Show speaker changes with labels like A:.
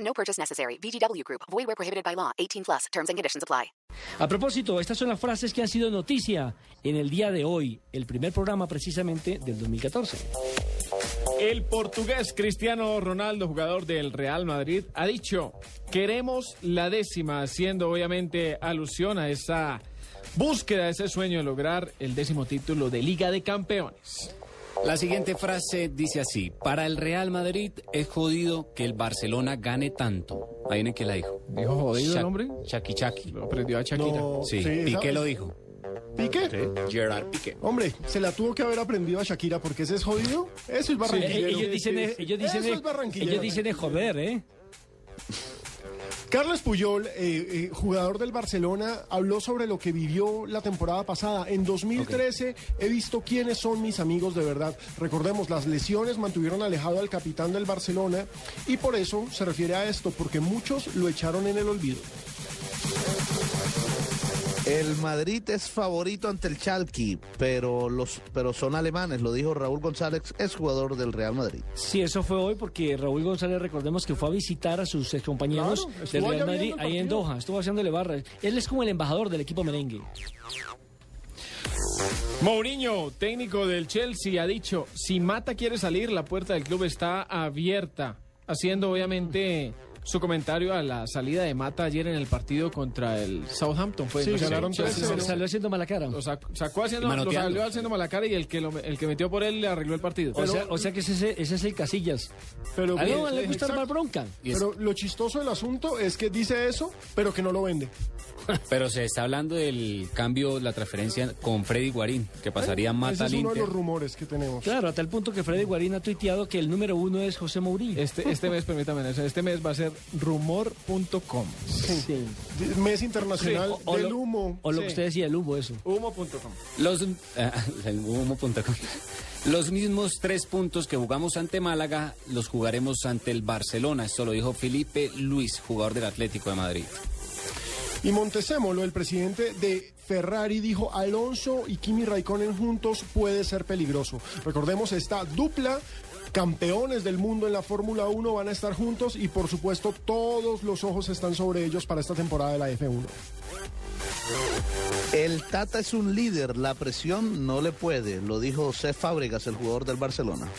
A: No purchase necessary. VGW Group. Void where prohibited by law. 18 plus. Terms and conditions apply.
B: A propósito, estas son las frases que han sido noticia en el día de hoy, el primer programa precisamente del 2014.
C: El portugués Cristiano Ronaldo, jugador del Real Madrid, ha dicho, queremos la décima, haciendo obviamente alusión a esa búsqueda, a ese sueño de lograr el décimo título de Liga de Campeones.
D: La siguiente frase dice así, para el Real Madrid es jodido que el Barcelona gane tanto. Ahí en que la dijo.
C: ¿Dijo jodido el hombre?
D: Chaki Chaki.
C: Lo aprendió a Shakira.
D: Sí,
E: sí,
D: Piqué
E: ¿sabes?
D: lo dijo.
E: ¿Piqué?
D: Gerard Piqué.
E: Hombre, se la tuvo que haber aprendido a Shakira porque ese es jodido. Eso es
B: Eh,
E: barranquillero.
B: ellos dicen, eh, ellos dicen,
E: Eso
B: eh,
E: es barranquillero.
B: ellos dicen eh, joder, ¿eh?
E: Carles Puyol, eh, eh, jugador del Barcelona, habló sobre lo que vivió la temporada pasada. En 2013 he visto quiénes son mis amigos de verdad. Recordemos, las lesiones mantuvieron alejado al capitán del Barcelona y por eso se refiere a esto, porque muchos lo echaron en el olvido.
F: El Madrid es favorito ante el Chalqui, pero los pero son alemanes, lo dijo Raúl González, es jugador del Real Madrid.
B: Sí, eso fue hoy porque Raúl González, recordemos que fue a visitar a sus compañeros
E: Claro,
B: del
E: estuvo
B: Real
E: allá
B: Madrid
E: viendo el
B: ahí en
E: partido.
B: Doha, estuvo haciéndole barra. Él es como el embajador del equipo merengue.
C: Mourinho, técnico del Chelsea, ha dicho, si Mata quiere salir, la puerta del club está abierta, haciendo obviamente su comentario a la salida de Mata ayer en el partido contra el Southampton. Fue,
E: Sí,
C: ¿no?
E: ganaron
C: Chelsea,
E: 3-0.
C: Chelsea,
B: Salió haciendo mala cara.
C: Lo sacó, sacó haciendo,
D: Y
C: lo
D: manoteando.
C: salió haciendo mala cara y el que, lo- el que metió por él le arregló el partido.
B: O sea, o sea que ese, ese- ese es el Casillas.
E: Pero,
B: A León Ah, le gusta
E: Exacto.
B: armar bronca.
D: Y es-
E: Pero lo chistoso del asunto es que dice eso, pero que no lo vende.
D: pero se está hablando del cambio, la transferencia con Freddy Guarín, que pasaría
E: Eh, Ese
D: Mata
E: es
D: al
E: uno de
D: Inter.
E: los rumores que tenemos.
B: Claro, a tal punto que Freddy Guarín ha tuiteado que el número uno es José Mourinho.
C: Este, este mes, permítame, o sea, este mes va a ser rumor.com.
B: Sí.
E: Mes internacional
B: O- o
E: del
B: lo-
E: humo.
B: O lo que
C: Sí.
B: usted decía, el humo, eso.
C: Humo.com.
D: Los, ah, el humo.com. los mismos tres puntos que jugamos ante Málaga los jugaremos ante el Barcelona. Esto lo dijo Felipe Luis, jugador del Atlético de Madrid.
E: Y Montecémolo, el presidente de Ferrari, dijo, Alonso y Kimi Raikkonen juntos puede ser peligroso. Recordemos esta dupla. Campeones del mundo en la Fórmula 1 van a estar juntos y por supuesto todos los ojos están sobre ellos para esta temporada de la F1.
F: El Tata es un líder, la presión no le puede, lo dijo Cés Fábregas, el jugador del Barcelona.